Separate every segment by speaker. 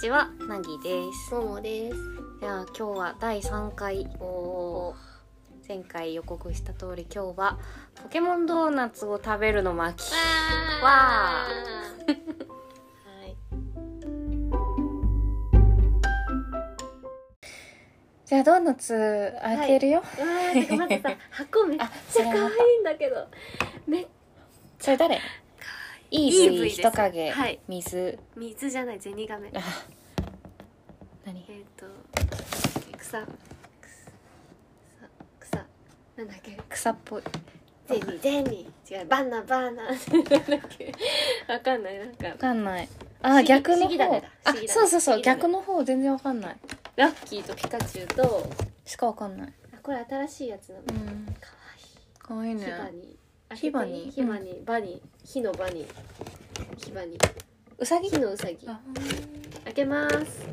Speaker 1: ちは、なぎです。
Speaker 2: ももです。
Speaker 1: じゃあ今日は第3回
Speaker 2: おー
Speaker 1: 前回予告した通り今日はポケモンドーナツを食べるの巻わ
Speaker 2: わーはい。
Speaker 3: じゃあドーナツ開けるよ、
Speaker 2: わーてかまずさ 箱めっちゃ可愛いんだけどめっ
Speaker 3: それ誰イ
Speaker 2: イー
Speaker 3: ー
Speaker 2: ブイ
Speaker 3: ブ
Speaker 2: で
Speaker 3: イ
Speaker 2: す
Speaker 3: 人影、
Speaker 2: はい
Speaker 3: 水
Speaker 2: 水じゃないゼニガメえ
Speaker 3: あ何
Speaker 2: っ、と草草草なんだっけ
Speaker 3: 草っぽい
Speaker 2: ゼニゼニ違うバナバナなんだっけわかんないなんか
Speaker 3: わかんない
Speaker 2: 不思
Speaker 3: あ
Speaker 2: 議
Speaker 3: 逆
Speaker 2: 不
Speaker 3: の
Speaker 2: 思議だね
Speaker 3: 方
Speaker 2: だ不
Speaker 3: あ
Speaker 2: 思議だね
Speaker 3: そうそう
Speaker 2: 不
Speaker 3: そ
Speaker 2: 思
Speaker 3: う
Speaker 2: 議だね
Speaker 3: 逆の方全然わかんない
Speaker 2: ラッキーとピカチュウと
Speaker 3: しかわかんない
Speaker 2: あこれ新しいやつなの
Speaker 3: うん
Speaker 2: 可愛い
Speaker 3: かわいい
Speaker 2: ヒバ
Speaker 3: ね
Speaker 2: ニ
Speaker 3: ヒバニ
Speaker 2: ヒバニバニヒのバニヒバニ
Speaker 3: うさぎ
Speaker 2: ヒのウサギ
Speaker 3: あ
Speaker 2: 開けます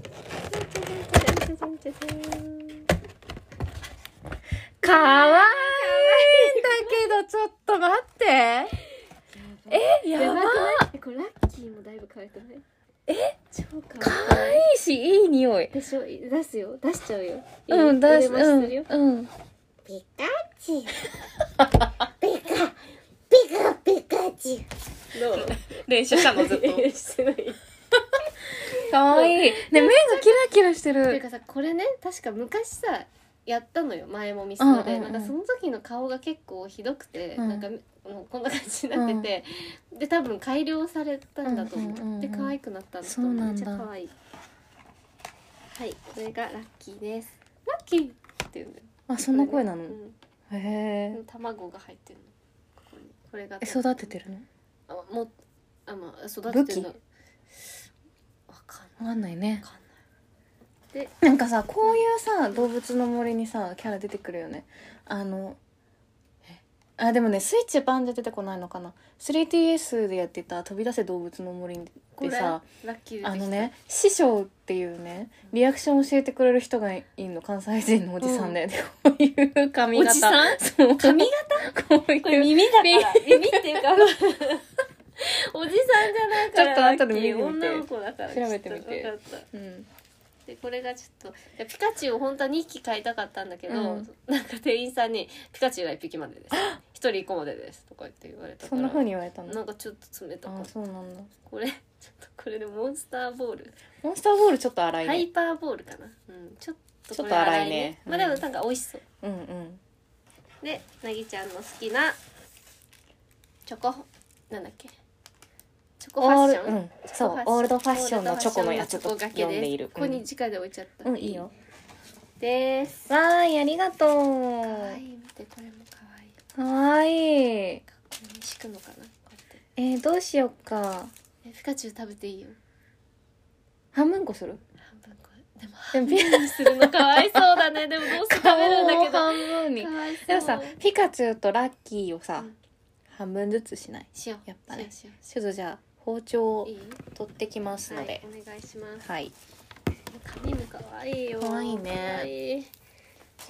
Speaker 3: かわいいんだけどちょっと待ってえやば
Speaker 2: ば
Speaker 3: い
Speaker 2: くないえこれラッキーもだいぶ可愛くないえ超
Speaker 3: か
Speaker 2: 可
Speaker 3: わ
Speaker 2: 愛い
Speaker 3: いいしいい匂い
Speaker 2: でしょ出すよ出しちゃうよ
Speaker 3: うん出す
Speaker 2: 入
Speaker 3: う
Speaker 2: れま
Speaker 3: ん
Speaker 2: するよ
Speaker 3: うん
Speaker 2: ピカチュウピカピカピカチュウどう
Speaker 3: 練習したの ず
Speaker 2: してない
Speaker 3: かわいい ね目がキラキラして
Speaker 2: っていう
Speaker 3: る
Speaker 2: かさこれね確か昔さやったのよ前もミスノで、
Speaker 3: うんうんうん
Speaker 2: なんかその時の顔が結構ひどくて、
Speaker 3: うん
Speaker 2: なんかもうこんな感じになってて、で多分改良されたんだと思う,、
Speaker 3: うんうんうんうん
Speaker 2: で可愛くなったんだと思う
Speaker 3: そうなん
Speaker 2: めっ
Speaker 3: だ
Speaker 2: ちゃ可愛いはいこれがラッキーですラッキーっていうんだよ
Speaker 3: あそんな声なの
Speaker 2: これね
Speaker 3: へ
Speaker 2: うん
Speaker 3: え
Speaker 2: 卵が入ってるのここにこれが
Speaker 3: え育ててるの
Speaker 2: あもうあまあ育ててるのわ
Speaker 3: 武
Speaker 2: かんな
Speaker 3: わ
Speaker 2: い
Speaker 3: かんないね
Speaker 2: わかんない
Speaker 3: なんかさこういうさ動物の森にさキャラ出てくるよねあのえあでもねスイッチ版じゃ出てこないのかな 3DS でやってた「飛び出せ動物の森」
Speaker 2: こ
Speaker 3: で
Speaker 2: れ
Speaker 3: さ
Speaker 2: ラッキー出てきた
Speaker 3: あのね師匠っていうねリアクション教えてくれる人がいいの関西人のおじさんで、でこういう髪
Speaker 2: お
Speaker 3: 型
Speaker 2: じさん
Speaker 3: そう
Speaker 2: 髪
Speaker 3: こういう
Speaker 2: これ耳だから耳って いうかおじさんじゃないから
Speaker 3: ちょっと後で見てみて
Speaker 2: 女の子だから
Speaker 3: 調べてみて
Speaker 2: ちょっと分かっ
Speaker 3: うん、
Speaker 2: たでこれがちょっとでピカチュウを本当は2匹飼いたかったんだけど、
Speaker 3: うん
Speaker 2: なんか店員さんに「ピカチュウが1匹までです一人1個までです」とか言って言われたか
Speaker 3: そ
Speaker 2: ら
Speaker 3: んな風に言われた
Speaker 2: な
Speaker 3: の
Speaker 2: んかちょっと冷たか
Speaker 3: あ
Speaker 2: った
Speaker 3: そうなんだ
Speaker 2: これちょっとこれでモンスターボール
Speaker 3: モンスターボールちょっと荒いね、
Speaker 2: ハイパーボールかな、うん、ちょっと
Speaker 3: ち
Speaker 2: これ
Speaker 3: ょっと粗いね
Speaker 2: まあでも
Speaker 3: うん
Speaker 2: なんか美味しそう、
Speaker 3: うんうん
Speaker 2: でなぎちゃんの好きなチョコなんだっけチョコファ
Speaker 3: オ
Speaker 2: ッ
Speaker 3: ー
Speaker 2: ション、
Speaker 3: ル、うん、そうオールドファッションのチョコのやつと
Speaker 2: オールドファ
Speaker 3: 読
Speaker 2: ッションのチョコがけです
Speaker 3: んでいる
Speaker 2: ここに直で置いちゃった、
Speaker 3: うん、うん、いいよ
Speaker 2: です
Speaker 3: わーいありがと
Speaker 2: かわ
Speaker 3: う
Speaker 2: いい見てこれもかわ
Speaker 3: か
Speaker 2: いい
Speaker 3: わいい
Speaker 2: ここに敷くのかなこうやって
Speaker 3: えー、どうしよっか
Speaker 2: えピカチュウ食べていいよ
Speaker 3: 半分こする
Speaker 2: 半分これでも
Speaker 3: でもピ
Speaker 2: 半分にするのかわいそう だねでもどうして食べるんだけ
Speaker 3: 顔を
Speaker 2: ど
Speaker 3: 半分に
Speaker 2: かわいそう
Speaker 3: でもさピカチュウとラッキーをさ、
Speaker 2: うん
Speaker 3: 半分ずつしない
Speaker 2: しよう
Speaker 3: やっぱね
Speaker 2: しようし
Speaker 3: ちょっとじゃあ包丁
Speaker 2: よう
Speaker 3: を
Speaker 2: いい
Speaker 3: 取ってきますので
Speaker 2: はい、お願いします
Speaker 3: はい、
Speaker 2: 髪もかわいいよ
Speaker 3: かわいいね
Speaker 2: かわいい
Speaker 1: ち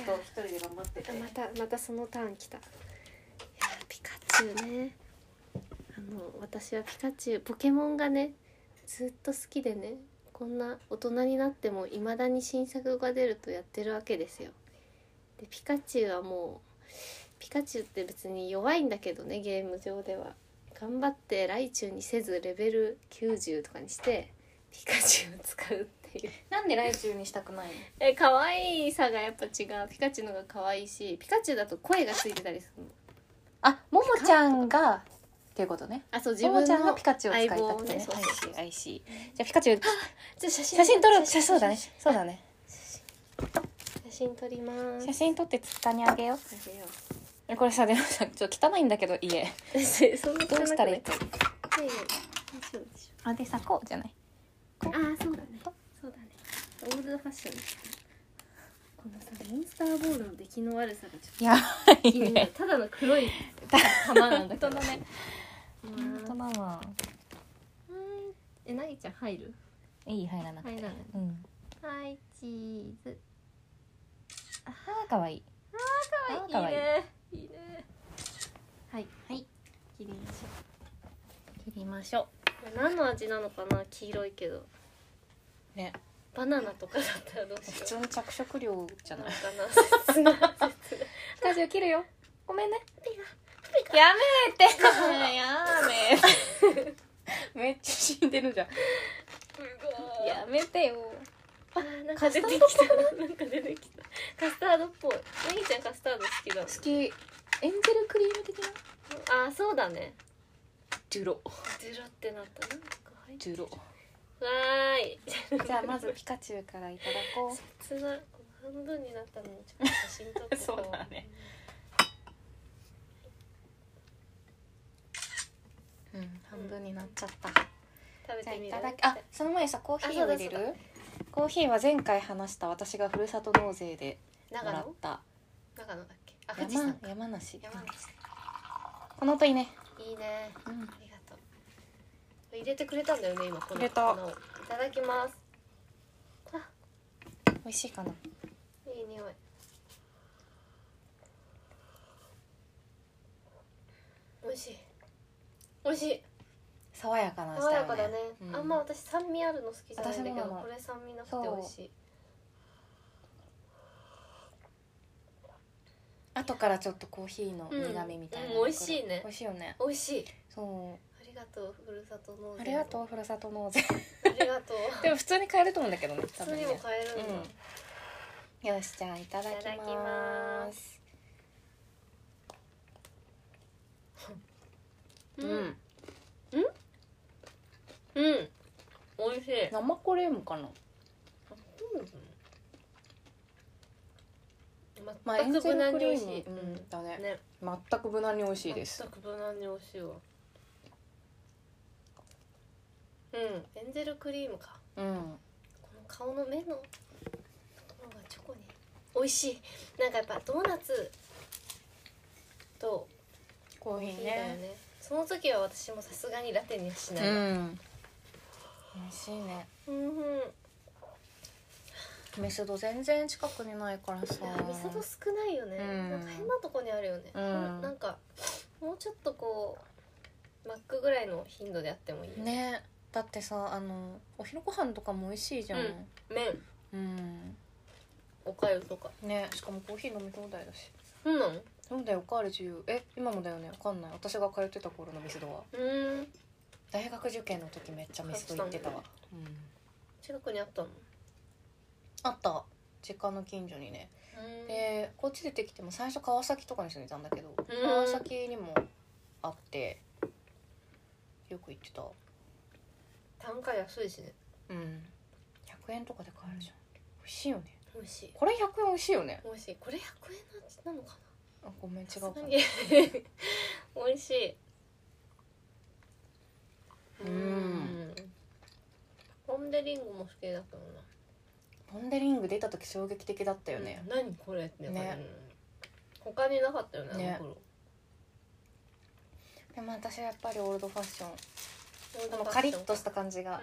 Speaker 1: ょっと一人で頑張って
Speaker 2: あまたまたそのターン来たいやーピカチュウねあの私はピカチュウポケモンがねずっと好きでねこんな大人になってもいまだに新作が出るとやってるわけですよでピカチュウはもうピカチュウって別に弱いんだけどねゲーム上では頑張ってライチュウにせずレベル90とかにしてピカチュウを使うっていう
Speaker 3: なんで来週にしたくないの
Speaker 2: え可愛いさがやっぱ違うピカチュウのが可愛いしピカチュウだと声がついてたりするの
Speaker 3: あももちゃんがっていうことね
Speaker 2: あそう自
Speaker 3: もも
Speaker 2: 分の
Speaker 3: ちゃんがピカチュウを使いた
Speaker 2: 相
Speaker 3: く
Speaker 2: 棒
Speaker 3: て
Speaker 2: ね
Speaker 3: ね
Speaker 2: そうそうそう
Speaker 3: はい IC じゃあピカチュウ
Speaker 2: じゃあ写真
Speaker 3: 写真撮ろう写そうだねそうだね
Speaker 2: 写真撮ります
Speaker 3: 写真撮ってツイッターにあげよ
Speaker 2: あげよ
Speaker 3: うこれさでもさちょっと汚いんだけど家
Speaker 2: う そんな汚くない
Speaker 3: どうしたらいいか
Speaker 2: いやいや大丈夫でし
Speaker 3: あでさこうじゃない
Speaker 2: ょああそうだねそうだねオールドファッションこのさモンスターボールの出来の悪さがちょっ
Speaker 3: やば
Speaker 2: と
Speaker 3: い
Speaker 2: 気にな
Speaker 3: ね
Speaker 2: るただの黒い玉なん だけど
Speaker 3: 本当だね
Speaker 2: う
Speaker 3: 本当
Speaker 2: ん
Speaker 3: だわ
Speaker 2: えなぎちゃん入る
Speaker 3: いい入らなくて
Speaker 2: 入らない
Speaker 3: うん
Speaker 2: はいチーズ
Speaker 3: あーかわいいあーかわいい
Speaker 2: いいねいいねはい
Speaker 3: はい
Speaker 2: 切りましょ
Speaker 3: 切りましょ
Speaker 2: うこれ何の味なのかな黄色いけど
Speaker 4: ね
Speaker 2: バナナとかだったらどうし
Speaker 4: 普
Speaker 2: よ
Speaker 4: 通の着色料じゃ
Speaker 2: う
Speaker 4: ない
Speaker 2: なんかな
Speaker 3: ラジオ切るよごめんねやめて
Speaker 4: やめめっちゃ死んでるじゃん
Speaker 2: いや
Speaker 3: やめてよ
Speaker 2: あーなんか出てきたなんか出てきたカスタードっぽいなぎちゃんカスタード好きだもん
Speaker 4: 好きエンゼルクリーム的な
Speaker 2: あーそうだね
Speaker 4: ジュロ
Speaker 2: ゼロってなったなんか入っ
Speaker 4: ジュロ
Speaker 2: わーい
Speaker 3: じゃあまずピカチュウからいただこう
Speaker 2: つなこの半分になったのもちょっと写真撮って
Speaker 4: そうだねうん半分になっちゃった
Speaker 2: 食べ
Speaker 4: じゃあ
Speaker 2: てみ
Speaker 4: い
Speaker 2: る
Speaker 4: ただきあその前にさコーヒーを入れ
Speaker 2: あそうだそ
Speaker 4: るコーヒーは前回話した私がふるさと納税でも
Speaker 2: 長
Speaker 4: らっ
Speaker 2: 野
Speaker 4: た
Speaker 2: 長野だっけあ富士山
Speaker 4: 山
Speaker 2: か
Speaker 4: 山梨
Speaker 2: 山梨
Speaker 4: この音いいね、
Speaker 2: いいね
Speaker 4: うん
Speaker 2: ありがとう入れてくれたんだよね今この
Speaker 4: 入れた
Speaker 2: 粉をいただきますあ
Speaker 4: 美味しいかない
Speaker 2: い匂い美味しい美味しい
Speaker 4: 爽やかな味
Speaker 2: 爽
Speaker 4: だ
Speaker 2: や
Speaker 4: よ
Speaker 2: か
Speaker 4: ね
Speaker 2: だね、
Speaker 4: うん
Speaker 2: あんま私酸味あるの好きじゃないんだけ
Speaker 4: 私
Speaker 2: ど
Speaker 4: もなの
Speaker 2: これ酸味なくて美味しい
Speaker 4: 後からちょっとコーヒーの苦味みたいなの
Speaker 2: うんうん美
Speaker 4: が来る、
Speaker 2: 味しいね
Speaker 4: 美味しいよね
Speaker 2: 美味しい
Speaker 4: そ
Speaker 2: ありがとうふるさと納
Speaker 4: う
Speaker 2: 税
Speaker 4: ありがとうふるさと納税
Speaker 2: ありが とう
Speaker 4: でも普通に買えると思うんだけどね
Speaker 2: 普通にも買えるんだ、
Speaker 4: うんよしじゃあいただきます
Speaker 2: いただきます
Speaker 4: うん、
Speaker 2: うん美味しい
Speaker 4: 生クリームかなまあエ
Speaker 2: 全
Speaker 4: ン
Speaker 2: く
Speaker 4: ゼ
Speaker 2: 無
Speaker 4: ル
Speaker 2: 難
Speaker 4: ク
Speaker 2: に
Speaker 4: リ
Speaker 2: 美味
Speaker 4: ー
Speaker 2: し
Speaker 4: ム、
Speaker 2: い、
Speaker 4: うんだね
Speaker 2: ね
Speaker 4: 全く無難に美味しいです
Speaker 2: 全く無難に美味しいわうんエンゼルクリームか
Speaker 4: うん
Speaker 2: この顔の目のところがチョコに美味しいなんかやっぱドーナツと
Speaker 4: コー
Speaker 2: コ
Speaker 4: ヒ
Speaker 2: ーヒ
Speaker 4: ー
Speaker 2: ーだよね
Speaker 4: ね
Speaker 2: その時は私もさすがにラテにはし
Speaker 4: う
Speaker 2: ないわ
Speaker 4: ん美味しいね
Speaker 2: うんうん
Speaker 4: ミスド全然近くにないからさ
Speaker 2: いやミサド少ないよね、
Speaker 4: うん
Speaker 2: なんか変なとこにあるよね、
Speaker 4: うん
Speaker 2: なんかもうちょっとこうマックぐらいの頻度であってもいいよ
Speaker 4: ねだってさあのお昼ご飯とかも美味しいじゃん
Speaker 2: 麺
Speaker 4: うん、
Speaker 2: おかゆとか
Speaker 4: ねしかもコーヒー飲み放題だし
Speaker 2: そうなのう
Speaker 4: そうだよおかわり自由え今もだよねわかんない私が通ってた頃のミスドは
Speaker 2: ーん
Speaker 4: 大学受験の時めっちゃミスド行ってたわ、うん、
Speaker 2: 近くにあったの
Speaker 4: あった実家の近所にねでこっち出てきても最初川崎とかに住んでたんだけど
Speaker 2: ん
Speaker 4: 川崎にもあってよく行ってた
Speaker 2: 単価安いしね
Speaker 4: うん100円とかで買えるじゃん美味しいよね
Speaker 2: 美味しい
Speaker 4: これ100円美味しいよね
Speaker 2: 美味しいこれ100円なのか
Speaker 4: あごめん違う
Speaker 2: なさ
Speaker 4: か
Speaker 2: す
Speaker 4: な
Speaker 2: がに 美味しい
Speaker 4: うん
Speaker 2: ポン・デ・リンゴも好きだったもんな
Speaker 4: ポン・デ・リング出た時衝撃的だったよね、
Speaker 2: 何これって
Speaker 4: ね
Speaker 2: ね他になかったよねあ
Speaker 4: ね
Speaker 2: の頃
Speaker 4: でも私はやっぱりオールドファッションこ
Speaker 2: の
Speaker 4: のカリッとした感じが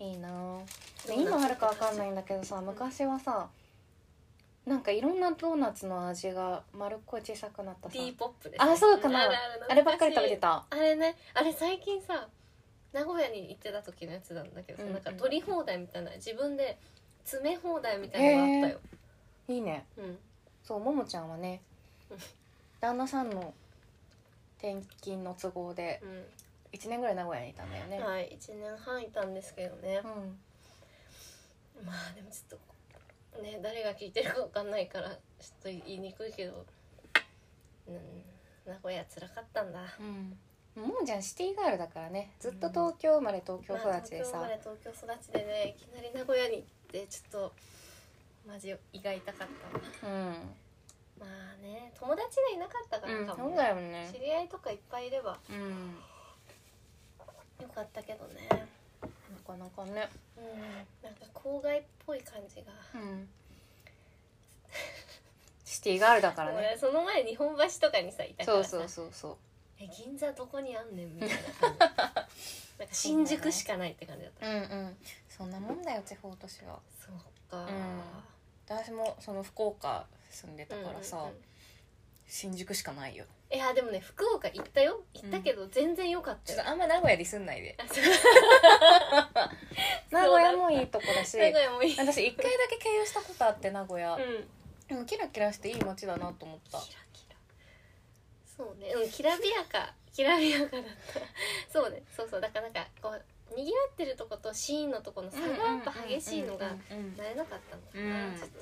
Speaker 2: う
Speaker 4: いいなぁで
Speaker 2: んうん
Speaker 4: 今あるかわかんないんだけどさ昔はさなんかいろんなドーナツの味が丸っこい小さくなったさ
Speaker 2: D ポップです
Speaker 4: あそうかな、
Speaker 2: ん
Speaker 4: あればっかり食べてた
Speaker 2: あれねあれ最近さ名古屋に行ってた時のやつなんだけどさ、
Speaker 4: うんうん
Speaker 2: なんか取り放題みたいな自分で詰め放題みたいなのがあったよ、
Speaker 4: いいね
Speaker 2: うん
Speaker 4: そうももちゃんはね
Speaker 2: うん
Speaker 4: 旦那さんの転勤の都合で1年ぐらい名古屋にいたんだよ
Speaker 2: う
Speaker 4: ね
Speaker 2: ん、はい1年半いたんですけどね
Speaker 4: う、ん
Speaker 2: まあでもちょっとね誰が聞いてるかわかんないからちょっと言いにくいけど、うん、名古屋辛かったんだ
Speaker 4: うん、ももちゃんシティガールだからねずっと東京生まれ東京育ちでさ、
Speaker 2: まあ東京生まれ東京育ちでねいきなり名古屋に行ってちょっとマジ胃が痛かったな
Speaker 4: うん
Speaker 2: まあね友達がいなかったからかも、
Speaker 4: そうだよね
Speaker 2: 知り合いとかいっぱいいれば
Speaker 4: うん
Speaker 2: よかったけどね
Speaker 4: なかなかね
Speaker 2: うんなんか郊外っぽい感じが、
Speaker 4: うん シティガールだからね
Speaker 2: 俺その前日本橋とかにさいたか
Speaker 4: そ
Speaker 2: ら
Speaker 4: う
Speaker 2: さ
Speaker 4: そうそうそう
Speaker 2: え銀座どこにあんねんみたいな感じ なんか新宿しかないって感じだった
Speaker 4: うんうんそんなもんだよ地方都市は
Speaker 2: そうか、
Speaker 4: うん私もその福岡住んでた
Speaker 2: だ
Speaker 4: からさ、
Speaker 2: うんうんうん
Speaker 4: 新宿しかないよ
Speaker 2: いやでもね福岡行ったよ行ったけど全然良かった
Speaker 4: ちょっ
Speaker 2: よ、
Speaker 4: とあんま名古屋ディスんないで
Speaker 2: あそう
Speaker 4: 名古屋もいいとこだし
Speaker 2: 名古屋もいい
Speaker 4: 私一回だけ経由したことあって名古屋、
Speaker 2: うん
Speaker 4: でもキラキラしていい街だなと思った
Speaker 2: キラキラそうねうんきらびやかきらびやかだった そうねそうそうだからなんかこう賑わってるとことシーンのとこの差がやっぱ激しいのが
Speaker 4: うんうんうんうん
Speaker 2: 慣れなかったのかな、
Speaker 4: うん
Speaker 2: ちょっと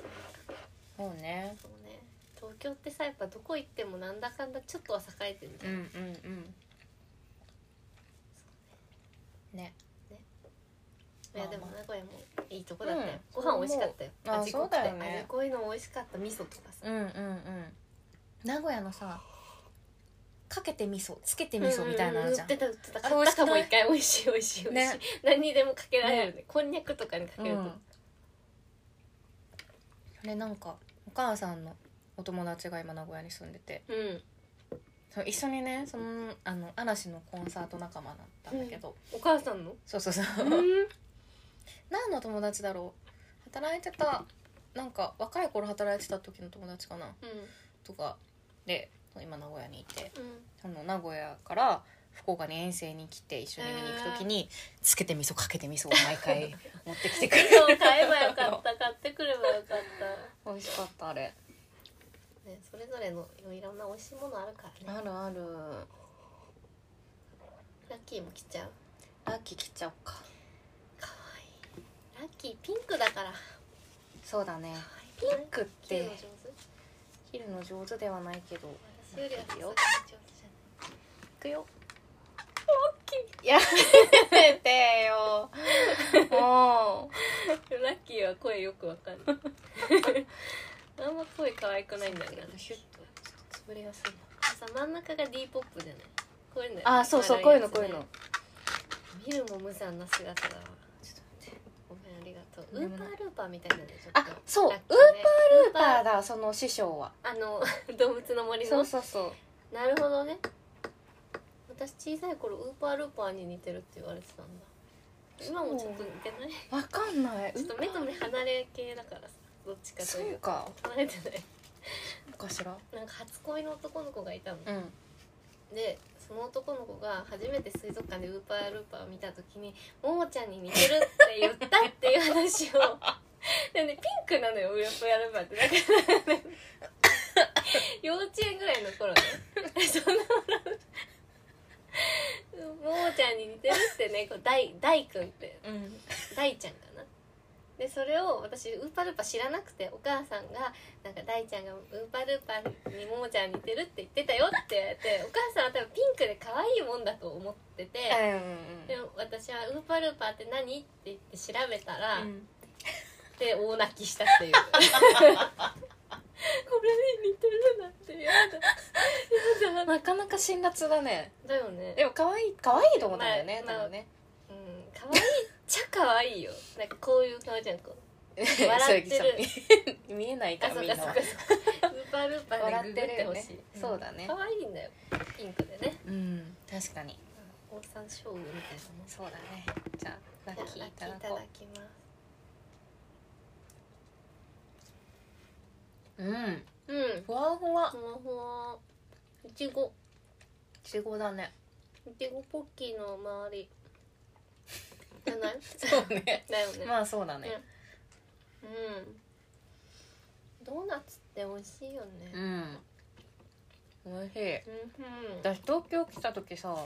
Speaker 4: そうね
Speaker 2: そうね東京ってさやっぱどこ行ってもなんだかんだちょっとは栄えてるじ
Speaker 4: う
Speaker 2: ゃ
Speaker 4: ん
Speaker 2: ん、
Speaker 4: うん
Speaker 2: ね
Speaker 4: うんね
Speaker 2: いやでも
Speaker 4: まあ
Speaker 2: 名古屋もいいとこだったよ、
Speaker 4: う
Speaker 2: ご
Speaker 4: ん
Speaker 2: 飯美味しかったよ
Speaker 4: あ
Speaker 2: 味濃くて
Speaker 4: そうだよね
Speaker 2: 味濃いの美味しかった味噌とかさ
Speaker 4: うんうんうん名古屋のさかけて味噌つけて味噌みたいなのあるじゃん、
Speaker 2: うんうんうん売ってた売ってた
Speaker 4: あ
Speaker 2: 買っ
Speaker 4: れ美味
Speaker 2: た
Speaker 4: し
Speaker 2: か
Speaker 4: くない
Speaker 2: も一回美味しい美味しい美味しい、
Speaker 4: ね
Speaker 2: 何にでもかけられるねこんにゃくとかにかけると、
Speaker 4: うんでなんかお母さんのお友達が今名古屋に住んでて
Speaker 2: うん、
Speaker 4: その一緒にねそのあの嵐のコンサート仲間だったんだけど、
Speaker 2: お母さんの
Speaker 4: そうそうそう何の友達だろう働いてたなんか若い頃働いてた時の友達かなとかで今名古屋にいてその名古屋から福岡に遠征に来て一緒に見に行く時につけて味噌かけて味噌を毎 回持ってきてくれる
Speaker 2: 今日買えばよかった買ってくればよかった、
Speaker 4: 美味しかったあれ
Speaker 2: ね、それぞれのいろんな美味しいものあるからね
Speaker 4: あるある
Speaker 2: ラッキーも来ちゃう
Speaker 4: ラッキー切っちゃおうか
Speaker 2: かわいいラッキーピンクだから
Speaker 4: そうだね
Speaker 2: ピ
Speaker 4: ンクって
Speaker 2: 上手
Speaker 4: 切るの上手ではないけど
Speaker 2: 私よりはさすがに上手じ
Speaker 4: いくよ大きいやめてよ
Speaker 2: ゃ
Speaker 4: も
Speaker 2: ないラッキーは声よくわかん ないあんま声可愛くないんだよね
Speaker 4: うヒュッとちょっと潰れやすい
Speaker 2: さ真ん中が D ポップじゃないこういうの
Speaker 4: なあそうそうこういうのこういうの
Speaker 2: 見るも無残な姿だわちょっと待ってごめんありがとうウーパールーパーみたいなねちょっと
Speaker 4: あそう
Speaker 2: ラッキーね
Speaker 4: スーパーだその師匠は
Speaker 2: あの 動物の森
Speaker 4: そ
Speaker 2: の
Speaker 4: うそうそう
Speaker 2: なるほどね私小さい頃ウーパールーパーに似てるって言われてたんだ今もちょっと似てない
Speaker 4: わかんない
Speaker 2: ちょっと目と目離れ系だからさどっちかと
Speaker 4: そ
Speaker 2: いううと
Speaker 4: か
Speaker 2: 離れてない
Speaker 4: かしら
Speaker 2: なんか初恋の男の子がいたの
Speaker 4: うん
Speaker 2: でその男の子が初めて水族館でウーパールーパーを見た時に「ももちゃんに似てる」って言ったっていう話を でねピンクなのよウーパールーパーってだから、ね、幼稚園ぐらいの頃ねそのももちゃんに似てるってねこう大大君って
Speaker 4: うん
Speaker 2: 大ちゃんかなでそれを私ウーパールーパー知らなくてお母さんがなんか大ちゃんがウーパールーパーにももちゃん似てるって言ってたよって言われてお母さんは多分ピンクで可愛いもんだと思ってて、でも私はウーパールーパーって何って言って調べたら、で大泣きしたっていう これに似てるなんてやだやだ
Speaker 4: なかなか辛辣だね
Speaker 2: だよね
Speaker 4: でも可愛い可愛いと思ったんだよね
Speaker 2: まあ
Speaker 4: 多分ね
Speaker 2: うん可愛いっちゃ可愛いよなんかこういう顔じゃんこう 笑ってる
Speaker 4: 見えないか
Speaker 2: あ、
Speaker 4: ら
Speaker 2: そう
Speaker 4: みん
Speaker 2: かそう
Speaker 4: なは
Speaker 2: かそう。ウーパールーパーでググってほしい
Speaker 4: 笑ってるよね。そうだね
Speaker 2: 可愛いんだよ。ピンクでね。
Speaker 4: うん確かに
Speaker 2: オーサンショウウみたいなね。
Speaker 4: そうだねじゃあラッキ
Speaker 2: じ
Speaker 4: ー
Speaker 2: ゃあ
Speaker 4: いただ
Speaker 2: いた
Speaker 4: こ
Speaker 2: だきます。
Speaker 4: ううん
Speaker 2: うん。
Speaker 4: ふわふわ
Speaker 2: ふわふわ。いちご。
Speaker 4: いちごだね
Speaker 2: いちごポッキーの周り。じゃない？
Speaker 4: そうね
Speaker 2: だよね。
Speaker 4: まあそうだね
Speaker 2: うん。ドーナツって美味しいよね。
Speaker 4: うん美味しい
Speaker 2: うん。
Speaker 4: 私東京来た時さ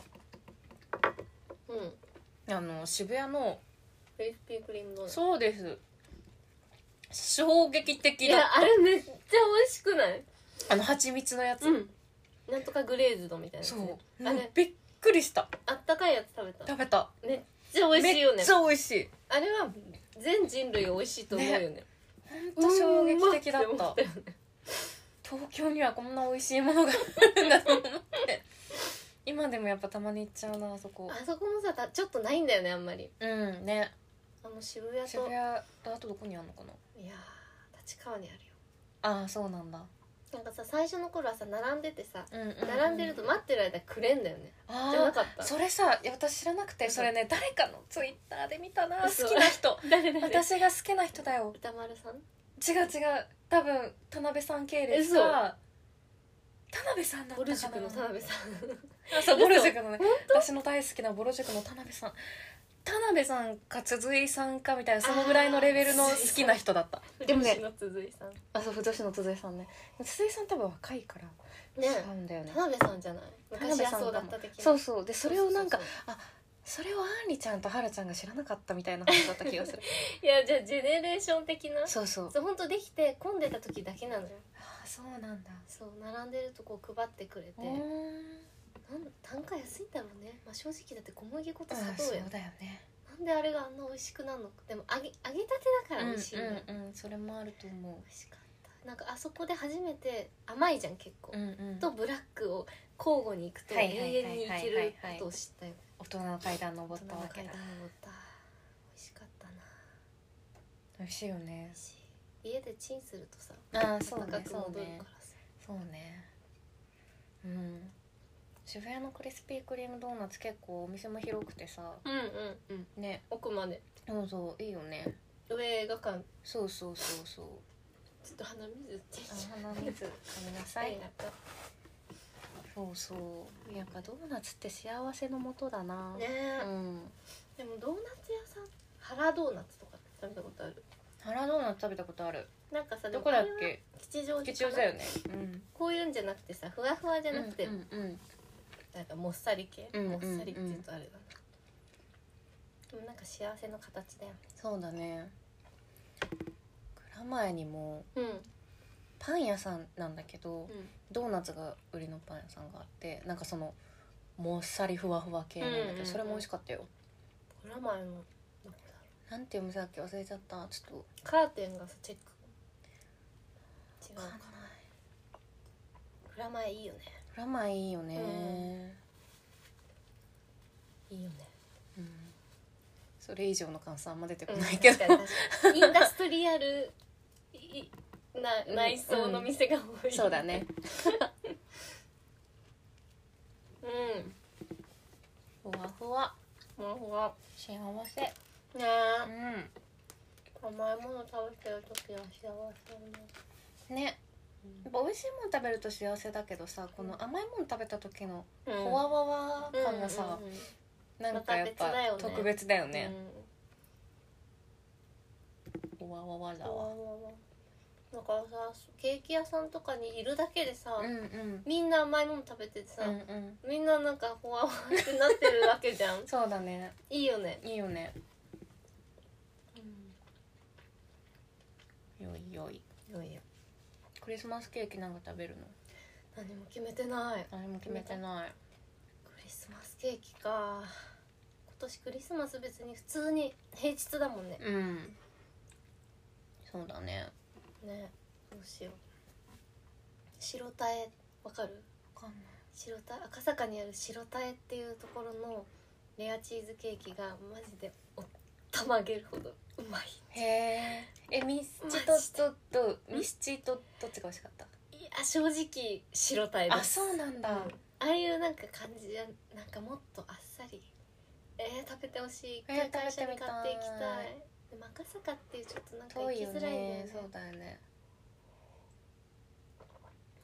Speaker 2: うん。うん。
Speaker 4: あの渋谷の
Speaker 2: クリスピークリームドーナツ。
Speaker 4: そうです衝撃
Speaker 2: い
Speaker 4: 的だっ
Speaker 2: や
Speaker 4: た
Speaker 2: あれめっちゃ美味しくない？
Speaker 4: あの蜂蜜のやつ、
Speaker 2: うん。なんとかグレーズドみたいなやつ
Speaker 4: そ
Speaker 2: ね。
Speaker 4: う
Speaker 2: あ
Speaker 4: もう
Speaker 2: れ
Speaker 4: びっくりした
Speaker 2: あったかいやつ食べた。
Speaker 4: 食べた
Speaker 2: めっちゃ美味しいよ
Speaker 4: め
Speaker 2: ね
Speaker 4: っちゃ美味しい
Speaker 2: あれは全人類美味しいと思うよね
Speaker 4: ほんと衝撃的だっ
Speaker 2: うんま
Speaker 4: た
Speaker 2: て思よね
Speaker 4: 東京にはこんな美味しいものがあるんだと思って今でもやっぱたまに行っちゃうなあそこ
Speaker 2: あそこもさたちょっとないんだよねあんまり
Speaker 4: うんね
Speaker 2: あの渋谷と
Speaker 4: 渋谷とあとどこにあるのかない
Speaker 2: やー立川にあるよ
Speaker 4: ああそうなんだ、
Speaker 2: なんかさ最初の頃はさ並んでてさ
Speaker 4: うんうんうん
Speaker 2: 並んでると待ってる間くれんだよねじゃな
Speaker 4: あ
Speaker 2: かっ
Speaker 4: あ
Speaker 2: た
Speaker 4: それさいや私知らなくてそれね誰かのツイッターで見たな好
Speaker 2: 嘘
Speaker 4: きな 人
Speaker 2: 誰誰
Speaker 4: 私が好きな人だよ
Speaker 2: 歌丸さん
Speaker 4: 違う違う多分田辺さん系列
Speaker 2: 嘘
Speaker 4: か田辺さんだったか
Speaker 2: ボ
Speaker 4: な
Speaker 2: ル塾の田辺さ
Speaker 4: あそうボル塾のね私の大好きなボル塾の田辺さん田辺さんか鈴井さんかみたいなそのぐらいのレベルの好きな人だった
Speaker 2: ん
Speaker 3: でもね
Speaker 2: 女子の鈴井さん
Speaker 4: あそう女子の鈴井さんね鈴井さん多分若いから
Speaker 2: ね
Speaker 4: 違うんだよね
Speaker 2: 田辺さんじゃない
Speaker 4: 田辺
Speaker 2: 昔は
Speaker 4: さん
Speaker 2: そうだ
Speaker 4: か
Speaker 2: っ
Speaker 4: も
Speaker 2: た的な
Speaker 4: そうそうでそれをなんか
Speaker 2: そう
Speaker 4: それをあんりちゃんとはるちゃんが知らなかったみたいな話だった気 がする
Speaker 2: そうそういやじゃあジェネレーション的なそ
Speaker 4: そうそう
Speaker 2: う本当できて混んでた時だけなのよ
Speaker 4: あそうなんだ
Speaker 2: そう並んでるとこ配ってくれて
Speaker 4: うー
Speaker 2: なん
Speaker 4: ん
Speaker 2: 単価安いんだろうねまあ正直だって小麦粉と
Speaker 4: あ
Speaker 2: 砂
Speaker 4: そう
Speaker 2: 糖
Speaker 4: だ
Speaker 2: や
Speaker 4: よね
Speaker 2: なんであれがあんな美味しくなるのかでも揚げ揚げたてだから美味しいんだよ、
Speaker 4: うんうんうんそれもあると思
Speaker 2: 美味しかったなんかあそこで初めて甘いじゃん結構、
Speaker 4: ううんうん
Speaker 2: とブラックを交互に行くと
Speaker 4: は
Speaker 2: 永
Speaker 4: いはいはいはいはい
Speaker 2: 遠に行けることを知ったよ
Speaker 4: 大人の階段登っ
Speaker 2: 大
Speaker 4: た
Speaker 2: 人
Speaker 4: わ
Speaker 2: の
Speaker 4: け
Speaker 2: 階
Speaker 4: だ
Speaker 2: 段登った美味しかったな
Speaker 4: 美味しいよ
Speaker 2: 美
Speaker 4: ね
Speaker 2: 味しい家でチンするとさ
Speaker 4: あーそうね
Speaker 2: 高く戻る
Speaker 4: そうね
Speaker 2: からさ
Speaker 4: そうねうん渋谷のクリスピークリームドーナツ結構お店も広くてさ
Speaker 2: うんうんうん
Speaker 4: ね
Speaker 2: 奥まで
Speaker 4: そうそういいよね
Speaker 2: 上映画館
Speaker 4: そうそうそうそう
Speaker 2: ちょっと鼻水って言っちゃ
Speaker 4: あ鼻水噛みな
Speaker 2: う
Speaker 4: さい
Speaker 2: やった
Speaker 4: そうそうやっぱドーナツって幸せのもとだな、
Speaker 2: ね
Speaker 4: う
Speaker 2: え、
Speaker 4: ん
Speaker 2: でもドーナツ屋さん原ドーナツとか食べたことある
Speaker 4: 腹ドーナツ食べたことある
Speaker 2: なんかさ
Speaker 4: どこだっけ
Speaker 2: 吉祥寺かな
Speaker 4: 吉祥寺だよねうん
Speaker 2: こういうんじゃなくてさふわふわじゃなくて、
Speaker 4: うんうん
Speaker 2: なんかもっさり系、
Speaker 4: うん
Speaker 2: もっさりって言うとあれだなでもなんか幸せの形だよ
Speaker 4: そうだね蔵前にも
Speaker 2: うん
Speaker 4: パン屋さんなんだけど、
Speaker 2: うん
Speaker 4: ドーナツが売りのパン屋さんがあってなんかそのもっさりふわふわ系なんだけど、
Speaker 2: うんうんうん
Speaker 4: それも美味しかったよ
Speaker 2: ブラマヨのどこだ
Speaker 4: なんていう店だっけ忘れちゃったちょっ
Speaker 2: カーテンがさチェック違う
Speaker 4: とわかんない
Speaker 2: かブラマヨいいよね
Speaker 4: 蔵前いいよね、
Speaker 2: いいよね
Speaker 4: うんそれ以上の感想あんま出てこ
Speaker 2: うん
Speaker 4: ないけど、
Speaker 2: 確かに確かにインダストリアルいな内装の店が多い、
Speaker 4: そうだね
Speaker 2: う
Speaker 4: ふわふわ
Speaker 2: んほんほわ
Speaker 4: 幸せう
Speaker 2: ね
Speaker 4: ん
Speaker 2: え甘いもの食べてる時は幸せだね
Speaker 4: ねやっぱ美味しいもん食べると幸せだけどさこの甘いもの食べた時の
Speaker 2: うん
Speaker 4: ほわわわ感がさ、
Speaker 2: うんうんうん
Speaker 4: なんかやっ
Speaker 2: ま
Speaker 4: ぱ
Speaker 2: た別だよね
Speaker 4: 特別だよね、
Speaker 2: うん
Speaker 4: ほわわわだ
Speaker 2: わ
Speaker 4: わ
Speaker 2: わわだからさケーキ屋さんとかにいるだけでさ、
Speaker 4: うんうん
Speaker 2: みんな甘いもの食べててさ、
Speaker 4: うんうん
Speaker 2: みんななんかほわほわってなってるわけじゃん
Speaker 4: そうだね
Speaker 2: いいよね、
Speaker 4: いいよねよいよい
Speaker 2: いよいよ
Speaker 4: クリスマスケーキなんか食べるの
Speaker 2: 何も決めてない
Speaker 4: 何も決めてない
Speaker 2: クリスマスケーキか今年クリスマス別に普通に平日だもんね
Speaker 4: うんそうだね
Speaker 2: ねどうしよう白田へわかる
Speaker 4: わかんない
Speaker 2: 白田赤坂にある白田へっていうところのレアチーズケーキがマジでおったまげるほどうまい
Speaker 4: へええミスチ
Speaker 2: マジ
Speaker 4: とととミスチとどっちが美味しかった
Speaker 2: いや正直白タイです
Speaker 4: あそうなんだ、
Speaker 2: うんああいうなんか感じじゃなんかもっとあっさりえー、食べてほしい一
Speaker 4: えー
Speaker 2: 回会社に買っていき
Speaker 4: 食べてみ
Speaker 2: た
Speaker 4: た
Speaker 2: い,、
Speaker 4: い
Speaker 2: でも赤坂っていうちょっとなんか行
Speaker 4: 遠い
Speaker 2: き
Speaker 4: よ
Speaker 2: づらいん
Speaker 4: ね
Speaker 2: だよね
Speaker 4: そうだよね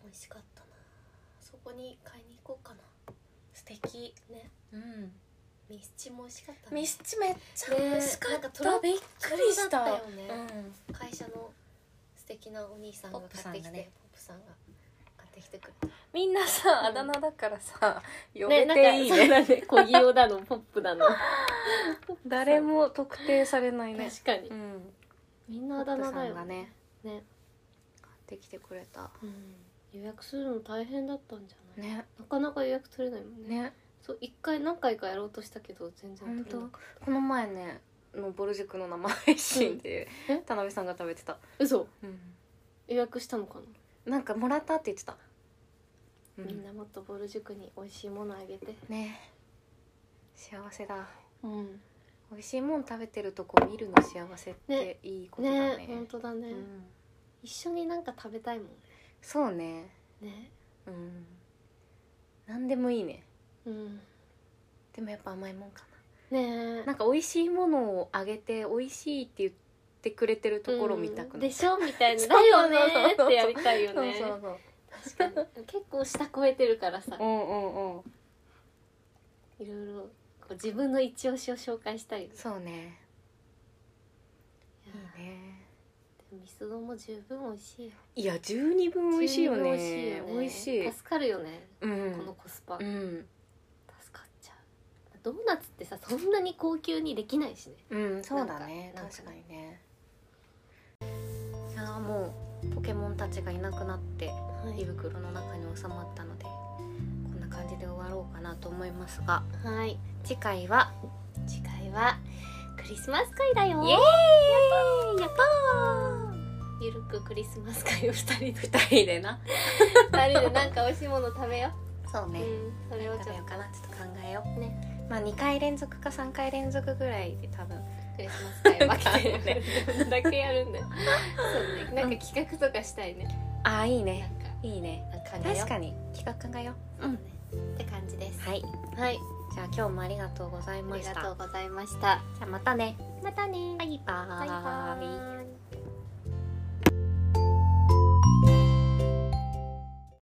Speaker 2: 美味しかったなそこに買いに行こうか
Speaker 4: 素敵
Speaker 2: なね
Speaker 4: うん
Speaker 2: ミスチも美味しかったね
Speaker 4: ミスチめっちゃ
Speaker 2: ね
Speaker 4: 美味しかっ
Speaker 2: な
Speaker 4: た、
Speaker 2: んかとろ
Speaker 4: びっくりし
Speaker 2: とろ
Speaker 4: た
Speaker 2: だったよね
Speaker 4: うん
Speaker 2: 会社の素敵なお兄さんが
Speaker 4: ポップさん
Speaker 2: 買ってき
Speaker 4: が
Speaker 2: て
Speaker 4: ね
Speaker 2: ポップさんが買ってきてくれた
Speaker 4: みんなさあだ名だからさ呼
Speaker 2: ね
Speaker 4: べていいね
Speaker 2: なんかそうだね小木用だのポップだの
Speaker 3: 誰も特定されないね
Speaker 2: 確かに
Speaker 4: うん
Speaker 2: みん
Speaker 4: ポ
Speaker 2: なあだ
Speaker 4: ップ
Speaker 2: 名
Speaker 4: さ
Speaker 2: だ
Speaker 4: ん
Speaker 2: よ
Speaker 4: がね
Speaker 2: ね
Speaker 4: 買ってきてくれた
Speaker 2: 予約するの大変だったんじゃない、
Speaker 4: ね
Speaker 2: なかなか予約取れないもんね
Speaker 4: ね
Speaker 2: そう一回何回かやろうとしたけど全然取れなかっ
Speaker 3: この前ねのボル塾の生配信で
Speaker 2: うんえ
Speaker 3: 田辺さんが食べてた、
Speaker 2: た嘘
Speaker 4: うん
Speaker 2: 予約したのかな、
Speaker 3: なんかもらったって言ってた、う
Speaker 2: みんなもっとボル塾に美味しいものあげて
Speaker 3: ね幸せだ
Speaker 2: うん
Speaker 3: 美味しいもん食べてるとこ見るの幸せっていいことだね
Speaker 2: ね本当だね、
Speaker 3: うん、
Speaker 2: 一緒になんか食べたいもん
Speaker 3: そうね
Speaker 2: ねね
Speaker 3: うん何でもいいね
Speaker 2: うん
Speaker 3: でもやっぱ甘いもんか
Speaker 2: ねえ
Speaker 3: ななんか美味しいものをあげて美味しいって言ってくれてるところを見たく
Speaker 2: うん
Speaker 3: な
Speaker 2: で
Speaker 3: い、
Speaker 2: しょみたい な
Speaker 3: そう
Speaker 2: だ
Speaker 3: そ
Speaker 2: よ
Speaker 3: うそう
Speaker 2: ね
Speaker 3: そう
Speaker 2: ってやりたいよね
Speaker 3: そうそう
Speaker 2: 確かに結構下超えてるからさ
Speaker 3: うんうんうん
Speaker 2: いろいろこう自分の一押しを紹介したいよね
Speaker 3: そうね
Speaker 2: いや
Speaker 3: いいね
Speaker 2: でもミスドも十分美味しいよ
Speaker 3: いや十二分美味しいよ
Speaker 2: 十分
Speaker 3: ね美味しい
Speaker 2: 助かるよね、
Speaker 3: うん
Speaker 2: このコスパ、
Speaker 3: う
Speaker 2: 助
Speaker 3: ん
Speaker 2: かっちゃうドーナツってさそんなに高級にできないしね
Speaker 3: うんそうだね
Speaker 2: なんか
Speaker 3: 確かにねいやーもうポケモンたちがいなくなって
Speaker 2: は
Speaker 3: 胃袋の中に収まったのでこんな感じで終わろうかなと思いますが
Speaker 2: はい
Speaker 3: 次回は
Speaker 2: 次回はクリスマス会だよ
Speaker 3: イエーイやった
Speaker 2: ゆるくクリスマス会を二人で
Speaker 3: ー二人でな
Speaker 2: 二人でなんか美味しいもの食べよ
Speaker 3: そう
Speaker 2: う、
Speaker 3: ね、
Speaker 2: うんそれを
Speaker 3: 食
Speaker 2: ち
Speaker 3: べ
Speaker 2: ょっ
Speaker 3: よ
Speaker 2: と
Speaker 3: うかなちょっと考えよう
Speaker 2: ね
Speaker 3: まあ2回連続か3回連続ぐらいで多分
Speaker 2: クリスマス 会分けてだけやる んだよそうねなんか企画とかしたいね
Speaker 3: ああいい
Speaker 2: な
Speaker 3: ね
Speaker 2: んか
Speaker 3: いいね
Speaker 2: なんか考えよ
Speaker 3: 確
Speaker 2: う
Speaker 3: かに企画考えよううん
Speaker 2: って感じです
Speaker 3: はい
Speaker 2: はい
Speaker 3: じゃあ今日もありがとうござい
Speaker 2: あ
Speaker 3: ま
Speaker 2: り
Speaker 3: した
Speaker 2: がとうございました
Speaker 3: じゃあまたね
Speaker 2: またね
Speaker 3: バイバーイ
Speaker 2: バイバイ